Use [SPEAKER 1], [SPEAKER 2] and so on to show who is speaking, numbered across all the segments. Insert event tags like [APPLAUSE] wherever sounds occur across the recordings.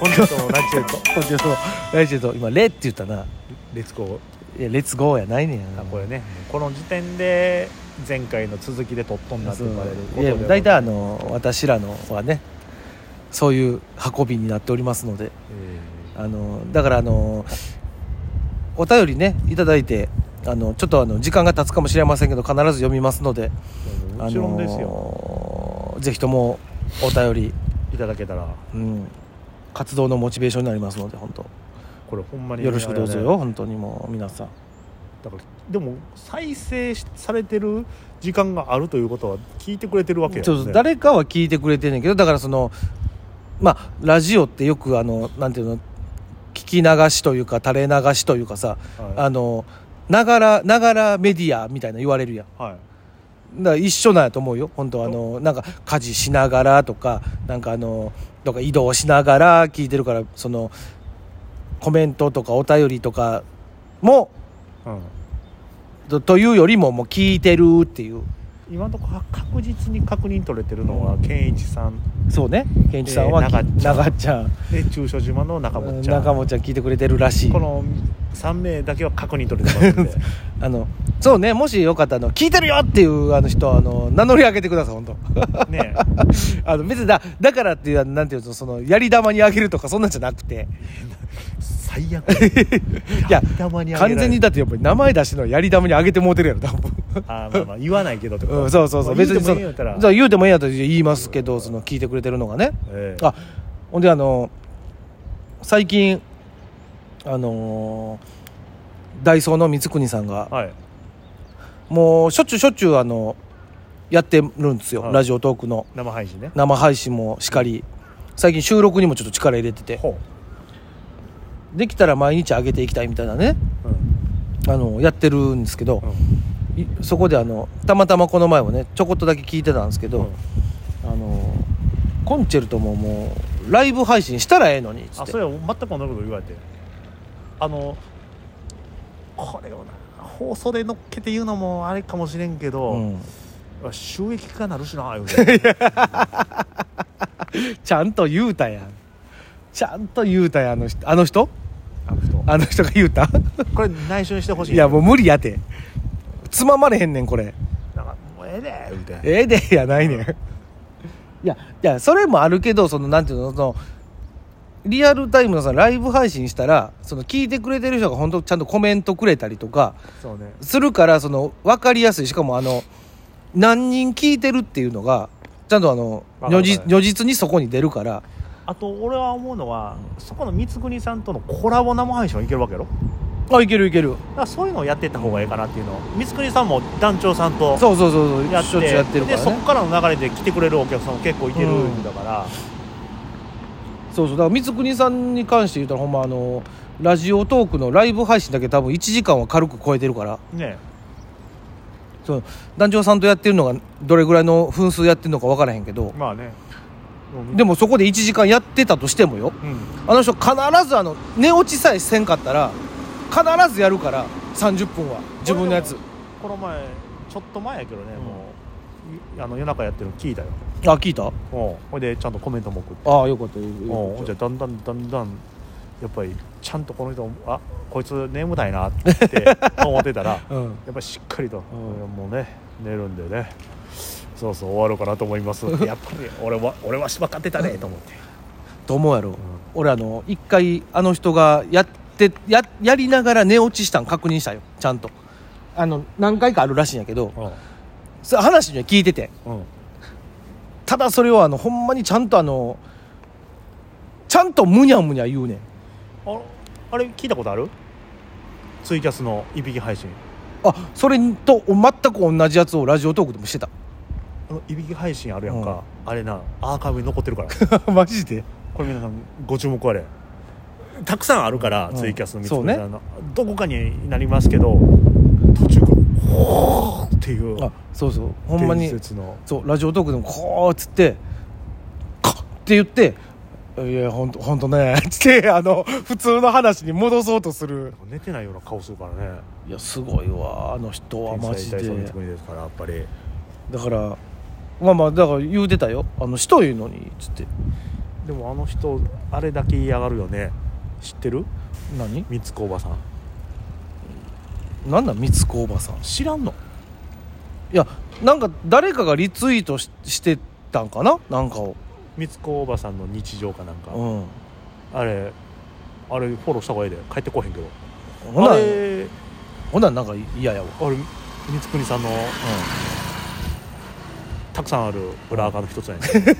[SPEAKER 1] 本日のラ
[SPEAKER 2] [LAUGHS]
[SPEAKER 1] ジオと本日のラジオと今「レ」って言ったな
[SPEAKER 2] レッツゴー
[SPEAKER 1] いやレッツゴーやないねん
[SPEAKER 2] あこれねこの時点で前回の続きで取っとんなって
[SPEAKER 1] そう
[SPEAKER 2] 言われること
[SPEAKER 1] い
[SPEAKER 2] で
[SPEAKER 1] や
[SPEAKER 2] は
[SPEAKER 1] 大体あの私らのはねそういう運びになっておりますので
[SPEAKER 2] え
[SPEAKER 1] あのだからあのお便りねいただいてあのちょっとあの時間が経つかもしれませんけど必ず読みますので
[SPEAKER 2] ーもちろんですよ、
[SPEAKER 1] よぜひともお便り、
[SPEAKER 2] いただけたら
[SPEAKER 1] うん、活動のモチベーションになりますので本当
[SPEAKER 2] これほんまに
[SPEAKER 1] よろしくどうぞ
[SPEAKER 2] あれ
[SPEAKER 1] よ
[SPEAKER 2] ね
[SPEAKER 1] 本当にもう皆さん
[SPEAKER 2] だからでも再生しされてる時間があるということは聞いてくれてるわけや
[SPEAKER 1] ち
[SPEAKER 2] もん
[SPEAKER 1] ょっと誰かは聞いてくれてんねんけどだからそのまあラジオってよくあのなんていうの聞き流しというか垂れ流しというかさあ
[SPEAKER 2] は
[SPEAKER 1] のながらながらメディアみたいな言われるやん
[SPEAKER 2] い、はい
[SPEAKER 1] だから一緒なんやと思うよ本当あのなんか家事しながらとかなんかあのとか移動しながら聞いてるからそのコメントとかお便りとかも
[SPEAKER 2] うん、
[SPEAKER 1] とというよりももう聞いてるっていう
[SPEAKER 2] 今のところ確実に確認取れてるのは健一さん
[SPEAKER 1] そうね健一さんは
[SPEAKER 2] え
[SPEAKER 1] き
[SPEAKER 2] ー
[SPEAKER 1] 長
[SPEAKER 2] 長
[SPEAKER 1] っちゃん
[SPEAKER 2] で中小島の中本ちゃん
[SPEAKER 1] 中本ちゃん聞いてくれてるらしい
[SPEAKER 2] この3名だけは確認取れてますんで
[SPEAKER 1] [LAUGHS] あのそうねもしよかったらあの聞いてるよっていうあの人はあの名乗り上げてください本当
[SPEAKER 2] ね
[SPEAKER 1] [LAUGHS] あの別にだだからっていうなんていうのそのやり玉にあげるとかそんなんじゃなくて
[SPEAKER 2] 最悪
[SPEAKER 1] [LAUGHS] いや
[SPEAKER 2] たまにあげられ
[SPEAKER 1] 完
[SPEAKER 2] る
[SPEAKER 1] 全にだってやっぱり名前出してのやり玉にあげてもうてるやろ多分、
[SPEAKER 2] あーまあまあ言わないけどってこと
[SPEAKER 1] うん、そうそうそう
[SPEAKER 2] 別
[SPEAKER 1] 別
[SPEAKER 2] にそ
[SPEAKER 1] にそ
[SPEAKER 2] の
[SPEAKER 1] の
[SPEAKER 2] たら
[SPEAKER 1] じゃあ言うてもええんやったら言いますけどその聞いてくれてるのがね
[SPEAKER 2] ええ
[SPEAKER 1] あほんであの最近あのーダイソーの光国さんが
[SPEAKER 2] はい
[SPEAKER 1] もうしょっちゅうしょっちゅうあのやってるんですよ、
[SPEAKER 2] はい
[SPEAKER 1] ラジオトークの
[SPEAKER 2] 生配信ね
[SPEAKER 1] 生配信もしかり最近収録にもちょっと力入れてて
[SPEAKER 2] ほ
[SPEAKER 1] できたら毎日上げていきたいみたいなね
[SPEAKER 2] う、うん
[SPEAKER 1] あのやってるんですけど、
[SPEAKER 2] うん
[SPEAKER 1] いそこであのたまたまこの前もねちょこっとだけ聞いてたんですけど、
[SPEAKER 2] うん
[SPEAKER 1] あのコンチェルトももうライブ配信したらええのにっつ
[SPEAKER 2] あ
[SPEAKER 1] って
[SPEAKER 2] それは全く同じこと言われてあのこれをな放送で乗っけて言うのもあれかもしれんけど、
[SPEAKER 1] うん
[SPEAKER 2] 収益化なるしな言う
[SPEAKER 1] [LAUGHS]
[SPEAKER 2] て
[SPEAKER 1] ちゃんと言うたやんちゃんと言うたやんあの人あの人
[SPEAKER 2] あの人
[SPEAKER 1] あの人が言うた
[SPEAKER 2] これ内緒にしてほしい
[SPEAKER 1] いやもう無理やてつままれへんねんこれ
[SPEAKER 2] なんかもうええで言うて
[SPEAKER 1] ええでや [LAUGHS] ないねんいやいやそれもあるけどそのなんていうのそのリアルタイムのさライブ配信したらその聞いてくれてる人が本当ちゃんとコメントくれたりとか
[SPEAKER 2] そうね
[SPEAKER 1] するからその分かりやすいしかもあの何人聞いてるっていうのがちゃんとあの
[SPEAKER 2] わかる
[SPEAKER 1] 如実
[SPEAKER 2] わかる
[SPEAKER 1] 如実にそこに出るから
[SPEAKER 2] あと俺は思うのは、そこの光国さんとのコラボ生配信はいけるわけやろ
[SPEAKER 1] あいけるいける
[SPEAKER 2] だからそういうのをやってった方がいいかなっていうのを光国さんも団長さんと
[SPEAKER 1] そうそうそうそう
[SPEAKER 2] や
[SPEAKER 1] 一
[SPEAKER 2] って
[SPEAKER 1] 緒にやってるか
[SPEAKER 2] で
[SPEAKER 1] ら
[SPEAKER 2] そ
[SPEAKER 1] ね
[SPEAKER 2] こからの流れで来てくれるお客さんも結構いてるんだから、
[SPEAKER 1] そうそうだから光国さんに関して言うたらほんまあのラジオトークのライブ配信だけ多分1時間は軽く超えてるから
[SPEAKER 2] ね
[SPEAKER 1] その団長さんとやってるのがどれぐらいの分数やってるのか分からへんけど
[SPEAKER 2] まあね
[SPEAKER 1] でもそこで1時間やってたとしてもよ
[SPEAKER 2] うん
[SPEAKER 1] あの人必ずあの寝落ちさえせんかったら必ずやるから30分は自分のやつ
[SPEAKER 2] この前ちょっと前やけどね、
[SPEAKER 1] うん
[SPEAKER 2] もういあの夜中やってるの聞いたよ
[SPEAKER 1] あ聞いた
[SPEAKER 2] おうほいでちゃんとコメントも送って
[SPEAKER 1] ああよかったよ
[SPEAKER 2] おうほ
[SPEAKER 1] か
[SPEAKER 2] ん
[SPEAKER 1] っ
[SPEAKER 2] じ
[SPEAKER 1] た
[SPEAKER 2] ゃだんだんだんだんやっぱりちゃんとこの人あこいつ眠たいなって思ってた
[SPEAKER 1] [LAUGHS]
[SPEAKER 2] らや
[SPEAKER 1] うん
[SPEAKER 2] っぱりしっかりと、
[SPEAKER 1] うん
[SPEAKER 2] いやもうね寝るんでねそうそう終わろうかなと思います [LAUGHS] やっぱり俺は俺はしまかってたねと思って
[SPEAKER 1] と思うやろ、俺あの一回あの人がやってややりながら寝落ちしたん確認したよちゃんとあの何回かあるらしいんやけど
[SPEAKER 2] う
[SPEAKER 1] それ話には聞いてて
[SPEAKER 2] んうん
[SPEAKER 1] ただそれをあのほんまにちゃんとあのちゃんとむにゃむにゃ言うねん
[SPEAKER 2] ああれ聞いたことあるツイキャスのいびき配信
[SPEAKER 1] あそれと全く同じやつをラジオトークでもしてた
[SPEAKER 2] あのいびき配信あるやんか、あれなアーカイブに残ってるから
[SPEAKER 1] [LAUGHS] マジで
[SPEAKER 2] [LAUGHS] これ皆さんご注目あれたくさんあるから、
[SPEAKER 1] うん
[SPEAKER 2] ツイキャスの見つ
[SPEAKER 1] そうね
[SPEAKER 2] あのどこかになりますけど途中から「ほー」っていう
[SPEAKER 1] あそうそうほんまに
[SPEAKER 2] 伝説の
[SPEAKER 1] そうラジオトークでもこうっつってカッって言っていやほんとほんとねっつってあの普通の話に戻そうとする
[SPEAKER 2] 寝てないような顔するからね
[SPEAKER 1] いやすごいわあの人はマジで
[SPEAKER 2] 天才体操三つ国ですからやっぱり
[SPEAKER 1] だからまあまあだから言うてたよあの人いるのにっつって
[SPEAKER 2] でもあの人あれだけ言い上がるよね知ってる
[SPEAKER 1] 何
[SPEAKER 2] 三つ子おばさん
[SPEAKER 1] なんだ三つ子おばさんい
[SPEAKER 2] 知らんの
[SPEAKER 1] やなんか誰かがリツイートししてたんかななんかを
[SPEAKER 2] 三つ子おばさんの日常かなんか、
[SPEAKER 1] うん
[SPEAKER 2] あれあれフォローした方がいいで帰ってこへんけど
[SPEAKER 1] ほな
[SPEAKER 2] あれ
[SPEAKER 1] ほななんか嫌やわ
[SPEAKER 2] あれ三つ国さんの
[SPEAKER 1] う
[SPEAKER 2] たくさんある裏垢の一つなんやけど、
[SPEAKER 1] ん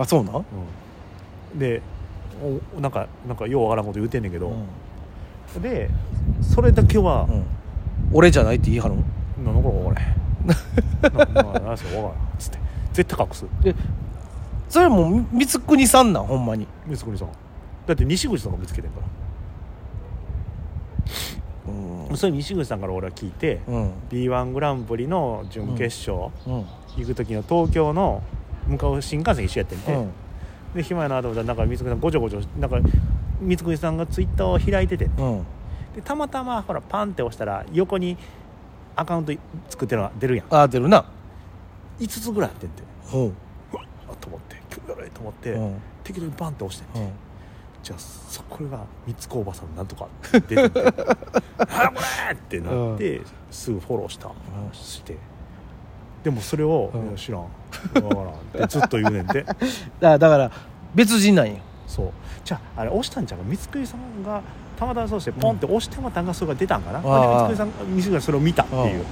[SPEAKER 1] あそうなん
[SPEAKER 2] うんでおなんかなんかようわからんこと言うてんねんけど、
[SPEAKER 1] うん
[SPEAKER 2] でそれだけは
[SPEAKER 1] う、ん俺じゃないって言い張るの
[SPEAKER 2] 何のこれ [LAUGHS] 分からへんなな何すか分からんっつって絶対隠す
[SPEAKER 1] それはもう三つ国さんなんほんまに
[SPEAKER 2] 三つ国さんだって西口さんが見つけてんか
[SPEAKER 1] うん
[SPEAKER 2] らそれ西口さんから俺は聞いて、
[SPEAKER 1] うん
[SPEAKER 2] b 1グランプリの準決勝
[SPEAKER 1] うん
[SPEAKER 2] 行く時の東京の向かう新幹線一緒やってんて、
[SPEAKER 1] うん
[SPEAKER 2] で暇やなと思ったらなんか三つ国さんごちょごちょなんか三つ国さんがツイッターを開いてて
[SPEAKER 1] うん
[SPEAKER 2] でたまたまほらパンって押したら横にアカウント作ってるのが出るやん
[SPEAKER 1] ああ出るな
[SPEAKER 2] 5つぐらいあってんて
[SPEAKER 1] ほ
[SPEAKER 2] あと思って今日やれと思っ
[SPEAKER 1] う
[SPEAKER 2] て、
[SPEAKER 1] うんうん
[SPEAKER 2] 適当にバンって押してんて、じゃあそこれが三つ子おばさんのなんとか出てて「
[SPEAKER 1] [LAUGHS]
[SPEAKER 2] あこれ!」ってなって、すぐフォローしたしてでもそれを「
[SPEAKER 1] うん
[SPEAKER 2] いや知らん分からん」
[SPEAKER 1] [LAUGHS]
[SPEAKER 2] ってずっと言うねんて
[SPEAKER 1] だだから別人なんや
[SPEAKER 2] そうじゃああれ押したんちゃうか三つくりさんがたまたまそうしてポンって押してもたんがそれが出たんかな、
[SPEAKER 1] ん
[SPEAKER 2] で三つくりさんが三つくりさんがそれを見たっていう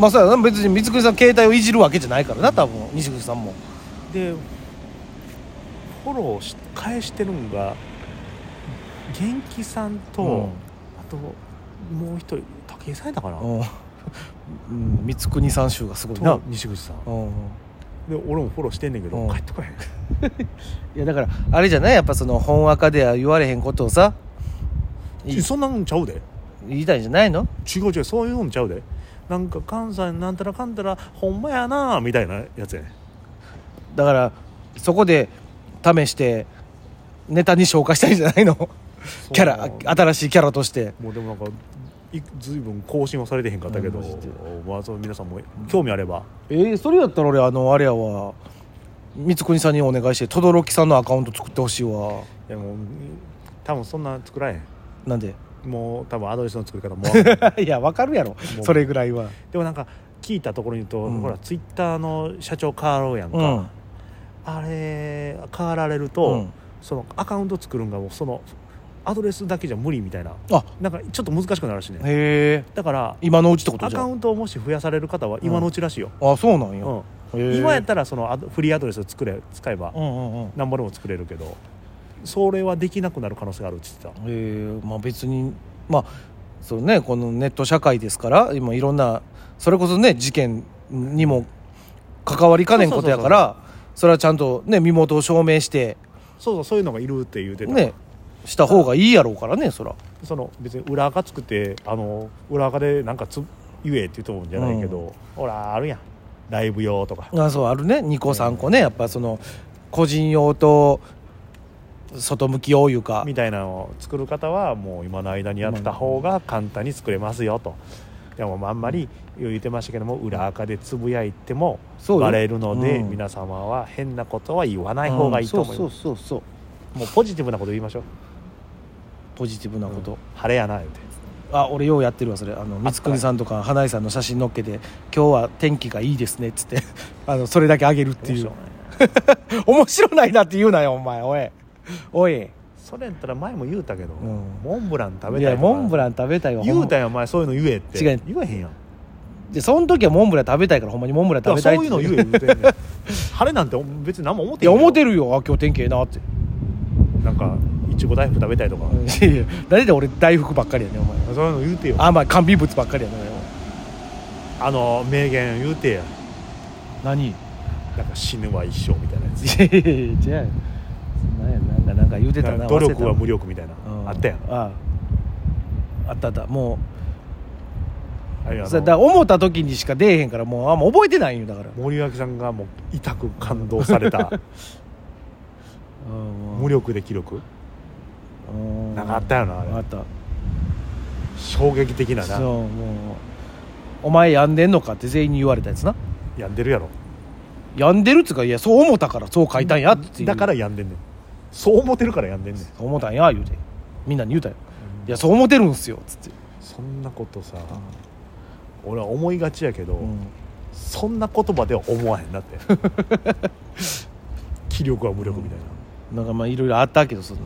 [SPEAKER 1] まあそうやな別に三つさん携帯をいじるわけじゃないからな多分西口さんも
[SPEAKER 2] でフォローし返してるんが元気さんと、
[SPEAKER 1] うん
[SPEAKER 2] あともう一人武井さんやったかな、
[SPEAKER 1] うんうん三つ国さん集がすごいな
[SPEAKER 2] と西口さん
[SPEAKER 1] うん
[SPEAKER 2] で俺もフォローしてんねんけど、
[SPEAKER 1] うん
[SPEAKER 2] 帰ってこへん
[SPEAKER 1] いやだからあれじゃないやっぱその本赤では言われへんことをさい
[SPEAKER 2] そんなんちゃうで
[SPEAKER 1] 言いたいんじゃないの
[SPEAKER 2] 違う違うそういうのちゃうでなんか関西なんたらかんたらほんまやなみたいなやつやねん
[SPEAKER 1] だからそこで試してネタに消化したいんじゃないのキャラ新しいキャラとして
[SPEAKER 2] もうでもなんかいずいぶん更新はされてへんかったけど、
[SPEAKER 1] うんマジで
[SPEAKER 2] まあ、その皆さんも興味あれば
[SPEAKER 1] えー、それやったら俺あのあれやわ光国さんにお願いして轟さんのアカウント作ってほしいわ
[SPEAKER 2] いやもう多分そんな作らへ
[SPEAKER 1] なんで [LAUGHS]
[SPEAKER 2] んもう多分アドレスの作り方もわ [LAUGHS] からん
[SPEAKER 1] いやわかるやろ
[SPEAKER 2] もう
[SPEAKER 1] それぐらいは
[SPEAKER 2] でもなんか聞いたところに言うと、
[SPEAKER 1] うん
[SPEAKER 2] ほらツイッターの社長変わろうやんか、
[SPEAKER 1] うん
[SPEAKER 2] あれ変わられると、
[SPEAKER 1] うん
[SPEAKER 2] そのアカウント作るんがもうそのアドレスだけじゃ無理みたいな
[SPEAKER 1] あ
[SPEAKER 2] なんかちょっと難しくなるらしいね
[SPEAKER 1] へえ
[SPEAKER 2] だから
[SPEAKER 1] 今のうちってこと
[SPEAKER 2] ア
[SPEAKER 1] じ
[SPEAKER 2] カ
[SPEAKER 1] ゃ
[SPEAKER 2] ウ
[SPEAKER 1] ん
[SPEAKER 2] ントをもし増やされる方は今のうちらしいよ、
[SPEAKER 1] あそうなんや、
[SPEAKER 2] うん
[SPEAKER 1] へー
[SPEAKER 2] 今やったらそのアドフリーアドレスを作れ使えば
[SPEAKER 1] うんうんうんへ
[SPEAKER 2] 何ぼでも作れるけどそれはできなくなる可能性があるって言って
[SPEAKER 1] えまあ別にまあそうねこのネット社会ですから今いろんなそれこそね事件にも関わりかねんことやからそれはちゃんとね身元を証明して
[SPEAKER 2] たそうそうそういうのがいるって言うてた、
[SPEAKER 1] ねした方がいいやろうからねそら
[SPEAKER 2] その別に裏垢作ってあの裏垢でなんかつ言えって言うと思うんじゃないけど、ほらあるやんライブ用とか
[SPEAKER 1] あそうあるね2個3個ねやっぱその個人用と外向き用いうか
[SPEAKER 2] みたいなのを作る方はもう今の間にやった方が簡単に作れますよとでもあんまり言ってましたけども裏垢でつぶやいても
[SPEAKER 1] そうよ
[SPEAKER 2] バレるので、
[SPEAKER 1] うん
[SPEAKER 2] 皆様は変なことは言わない方がいいと思います、
[SPEAKER 1] うんそうそうそうそう
[SPEAKER 2] もうポジティブなこと言いましょう
[SPEAKER 1] ポジティブなこと、
[SPEAKER 2] 晴れやな言うて
[SPEAKER 1] あ俺ようやってるわそれあの光國さんとか花井さんの写真載っけて「今日は天気がいいですね」っつって [LAUGHS] あのそれだけあげるっていう
[SPEAKER 2] 面白いね
[SPEAKER 1] 面白ないなって言うなよお前おいおい
[SPEAKER 2] それやったら前も言うたけど、
[SPEAKER 1] ん
[SPEAKER 2] モンブラン食べたい
[SPEAKER 1] いやモンブ
[SPEAKER 2] ン
[SPEAKER 1] ラン食べたいわ
[SPEAKER 2] 言うた
[SPEAKER 1] よ
[SPEAKER 2] やんお前そういうの言えって
[SPEAKER 1] 違う
[SPEAKER 2] 言えへんやん
[SPEAKER 1] でその時はモンブラン食べたいからほんまにモンブラン
[SPEAKER 2] だか
[SPEAKER 1] 食
[SPEAKER 2] ら
[SPEAKER 1] べた
[SPEAKER 2] そ
[SPEAKER 1] いう
[SPEAKER 2] いうの言え
[SPEAKER 1] う
[SPEAKER 2] 言うてんねん晴れなんて別に何も思って
[SPEAKER 1] いや思って
[SPEAKER 2] る
[SPEAKER 1] るよあ今日天気ええなって [LAUGHS]
[SPEAKER 2] なんかいちご大福食べたいとか、
[SPEAKER 1] うんいやいや誰で俺大福ばっかりやねんお前
[SPEAKER 2] そういうの言うてよあ
[SPEAKER 1] あまあ甘味物ばっかりやねん俺
[SPEAKER 2] の名言言うてや
[SPEAKER 1] 何 [LAUGHS] い
[SPEAKER 2] なんか死ぬは一生みたいなやつ
[SPEAKER 1] やいやいや違うよそんなんやなんかなんか言うてた
[SPEAKER 2] な
[SPEAKER 1] なん
[SPEAKER 2] か努
[SPEAKER 1] 忘れた
[SPEAKER 2] 力
[SPEAKER 1] わ
[SPEAKER 2] は無力みたいな、
[SPEAKER 1] うん
[SPEAKER 2] あったやん
[SPEAKER 1] あああったあったも
[SPEAKER 2] あれ
[SPEAKER 1] う
[SPEAKER 2] あ
[SPEAKER 1] それ
[SPEAKER 2] の
[SPEAKER 1] だから思った時にしか出えへんからもうあんま覚えてないんよだから
[SPEAKER 2] 森脇さんがもう痛く感動され
[SPEAKER 1] [LAUGHS]
[SPEAKER 2] た無力で気力
[SPEAKER 1] うん
[SPEAKER 2] なんかあったよなあれ
[SPEAKER 1] あった
[SPEAKER 2] 衝撃的な
[SPEAKER 1] そう
[SPEAKER 2] な
[SPEAKER 1] もうお前やんでんのかって全員に言われたやつな
[SPEAKER 2] 病んでるやろ
[SPEAKER 1] 病んでるっつうかいやそう思ったからそう書いたんやっていう
[SPEAKER 2] だからやんでんねんそう思ってるからやんでんねん
[SPEAKER 1] そう思ったんや言うてみんなに言うたよいやそう思ってるんすよつって、
[SPEAKER 2] そんなことさ、俺は思いがちやけど、
[SPEAKER 1] うん
[SPEAKER 2] そんな言葉では思わへん
[SPEAKER 1] [LAUGHS]
[SPEAKER 2] なって気力は無力みたいな、
[SPEAKER 1] なんかまあいろいろあったけ
[SPEAKER 2] [LAUGHS]
[SPEAKER 1] どその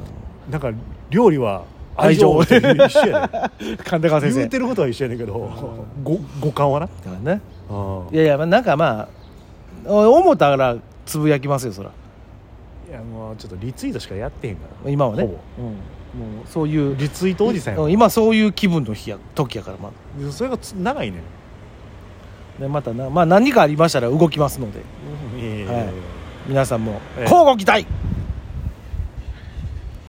[SPEAKER 2] なんか料理は愛情って一緒やねん
[SPEAKER 1] 神田川
[SPEAKER 2] 言うてることは一緒やねんけどご五感はな
[SPEAKER 1] だからね
[SPEAKER 2] うん
[SPEAKER 1] いやいやまあなんかまあ思ったからつぶやきますよそら
[SPEAKER 2] いやもうちょっとリツイートしかやってへんから
[SPEAKER 1] 今はね、
[SPEAKER 2] ほぼ
[SPEAKER 1] うん、もうそういう
[SPEAKER 2] リツイートおじさんや
[SPEAKER 1] う
[SPEAKER 2] もん
[SPEAKER 1] ん今そういう気分の日や時やからまあ
[SPEAKER 2] それがつ長いねん
[SPEAKER 1] でまたなまあ何かありましたら動きますので
[SPEAKER 2] いやいやいやいや
[SPEAKER 1] はい皆さんも
[SPEAKER 2] ええ
[SPEAKER 1] 交互期待、